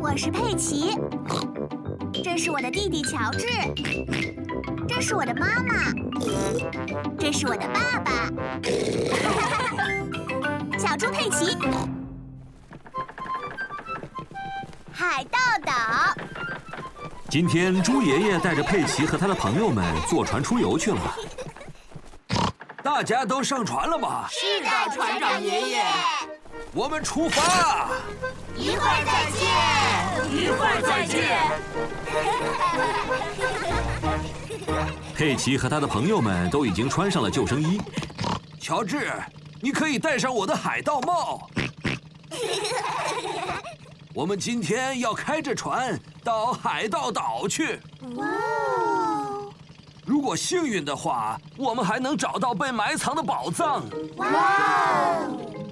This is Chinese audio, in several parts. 我是佩奇，这是我的弟弟乔治，这是我的妈妈，这是我的爸爸。 小猪佩奇，海盗岛。今天猪爷爷带着佩奇和他的朋友们坐船出游去了。大家都上船了吗？是的，船长爷爷。我们出发！一会儿再见，一会儿再见。佩奇和他的朋友们都已经穿上了救生衣。乔治，你可以戴上我的海盗帽。我们今天要开着船到海盗岛去。哇！哦如果幸运的话，我们还能找到被埋藏的宝藏。哇！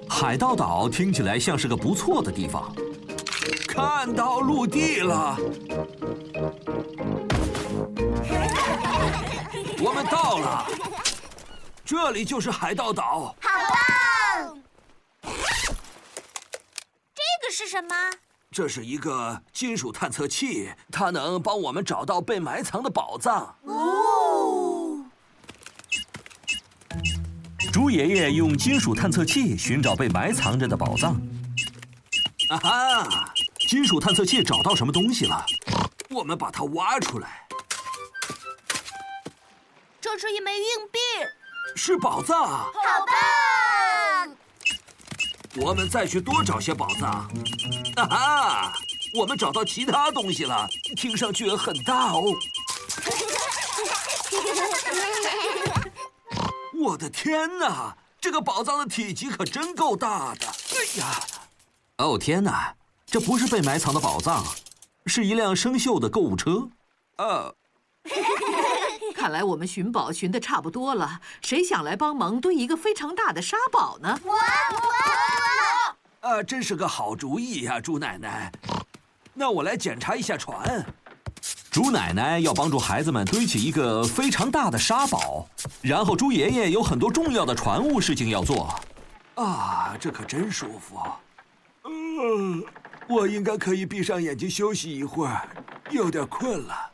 海盗岛听起来像是个不错的地方。看到陆地了，我们到了，这里就是海盗岛。好棒！这个是什么？这是一个金属探测器，它能帮我们找到被埋藏的宝藏。哦！猪爷爷用金属探测器寻找被埋藏着的宝藏。啊哈！金属探测器找到什么东西了？我们把它挖出来，这是一枚硬币，是宝藏。啊好棒！我们再去多找些宝藏。啊哈！我们找到其他东西了，听上去很大哦。我的天哪，这个宝藏的体积可真够大的！哎呀，哦天哪，这不是被埋藏的宝藏，是一辆生锈的购物车。呃，看来我们寻宝寻的差不多了，谁想来帮忙堆一个非常大的沙堡呢？我我我！啊，真是个好主意呀、啊，猪奶奶。那我来检查一下船。猪奶奶要帮助孩子们堆起一个非常大的沙堡，然后猪爷爷有很多重要的船务事情要做。啊，这可真舒服。嗯，我应该可以闭上眼睛休息一会儿，有点困了。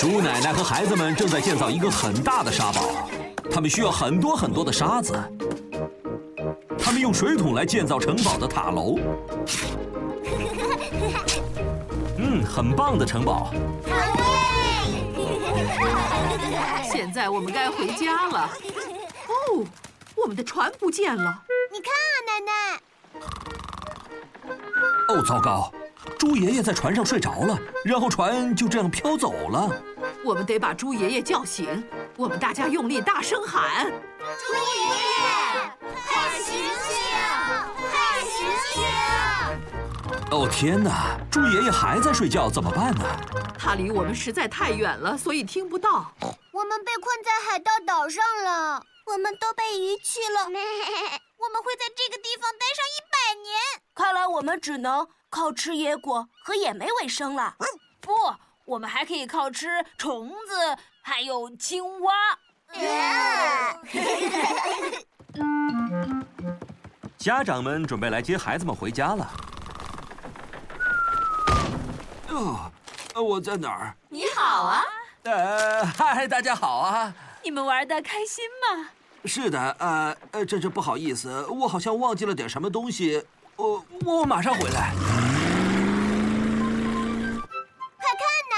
猪奶奶和孩子们正在建造一个很大的沙堡，他们需要很多很多的沙子。他们用水桶来建造城堡的塔楼。嗯，很棒的城堡。 现在我们该回家了。哦，我们的船不见了。你看啊，奶奶。哦，糟糕！猪爷爷在船上睡着了，然后船就这样飘走了。我们得把猪爷爷叫醒。我们大家用力大声喊：“猪爷爷，快醒醒，快醒醒！”哦天哪，猪爷爷还在睡觉，怎么办呢？他离我们实在太远了，所以听不到。我们被困在海盗岛上了，我们都被遗弃 了。我们会在这个地方待上一百年。看来我们只能靠吃野果和野莓为生了。嗯不，我们还可以靠吃虫子，还有青蛙。家长们准备来接孩子们回家了。哦，我在哪儿？你好啊！呃，嗨，大家好啊！你们玩的开心吗？是的，呃，呃，真是不好意思，我好像忘记了点什么东西，我我马上回来。快看呐，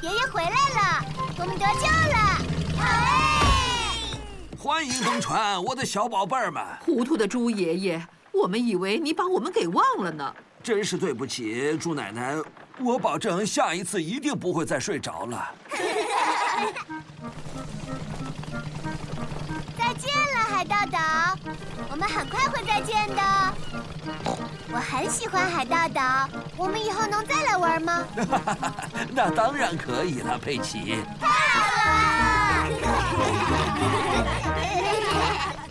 爷爷回来了，我们得救了！哎，欢迎登船，我的小宝贝儿们！糊涂的猪爷爷，我们以为你把我们给忘了呢。真是对不起，猪奶奶，我保证下一次一定不会再睡着了。 再见了，海盗岛，我们很快会再见的。我很喜欢海盗岛，我们以后能再来玩吗？那当然可以了，佩奇。太好了！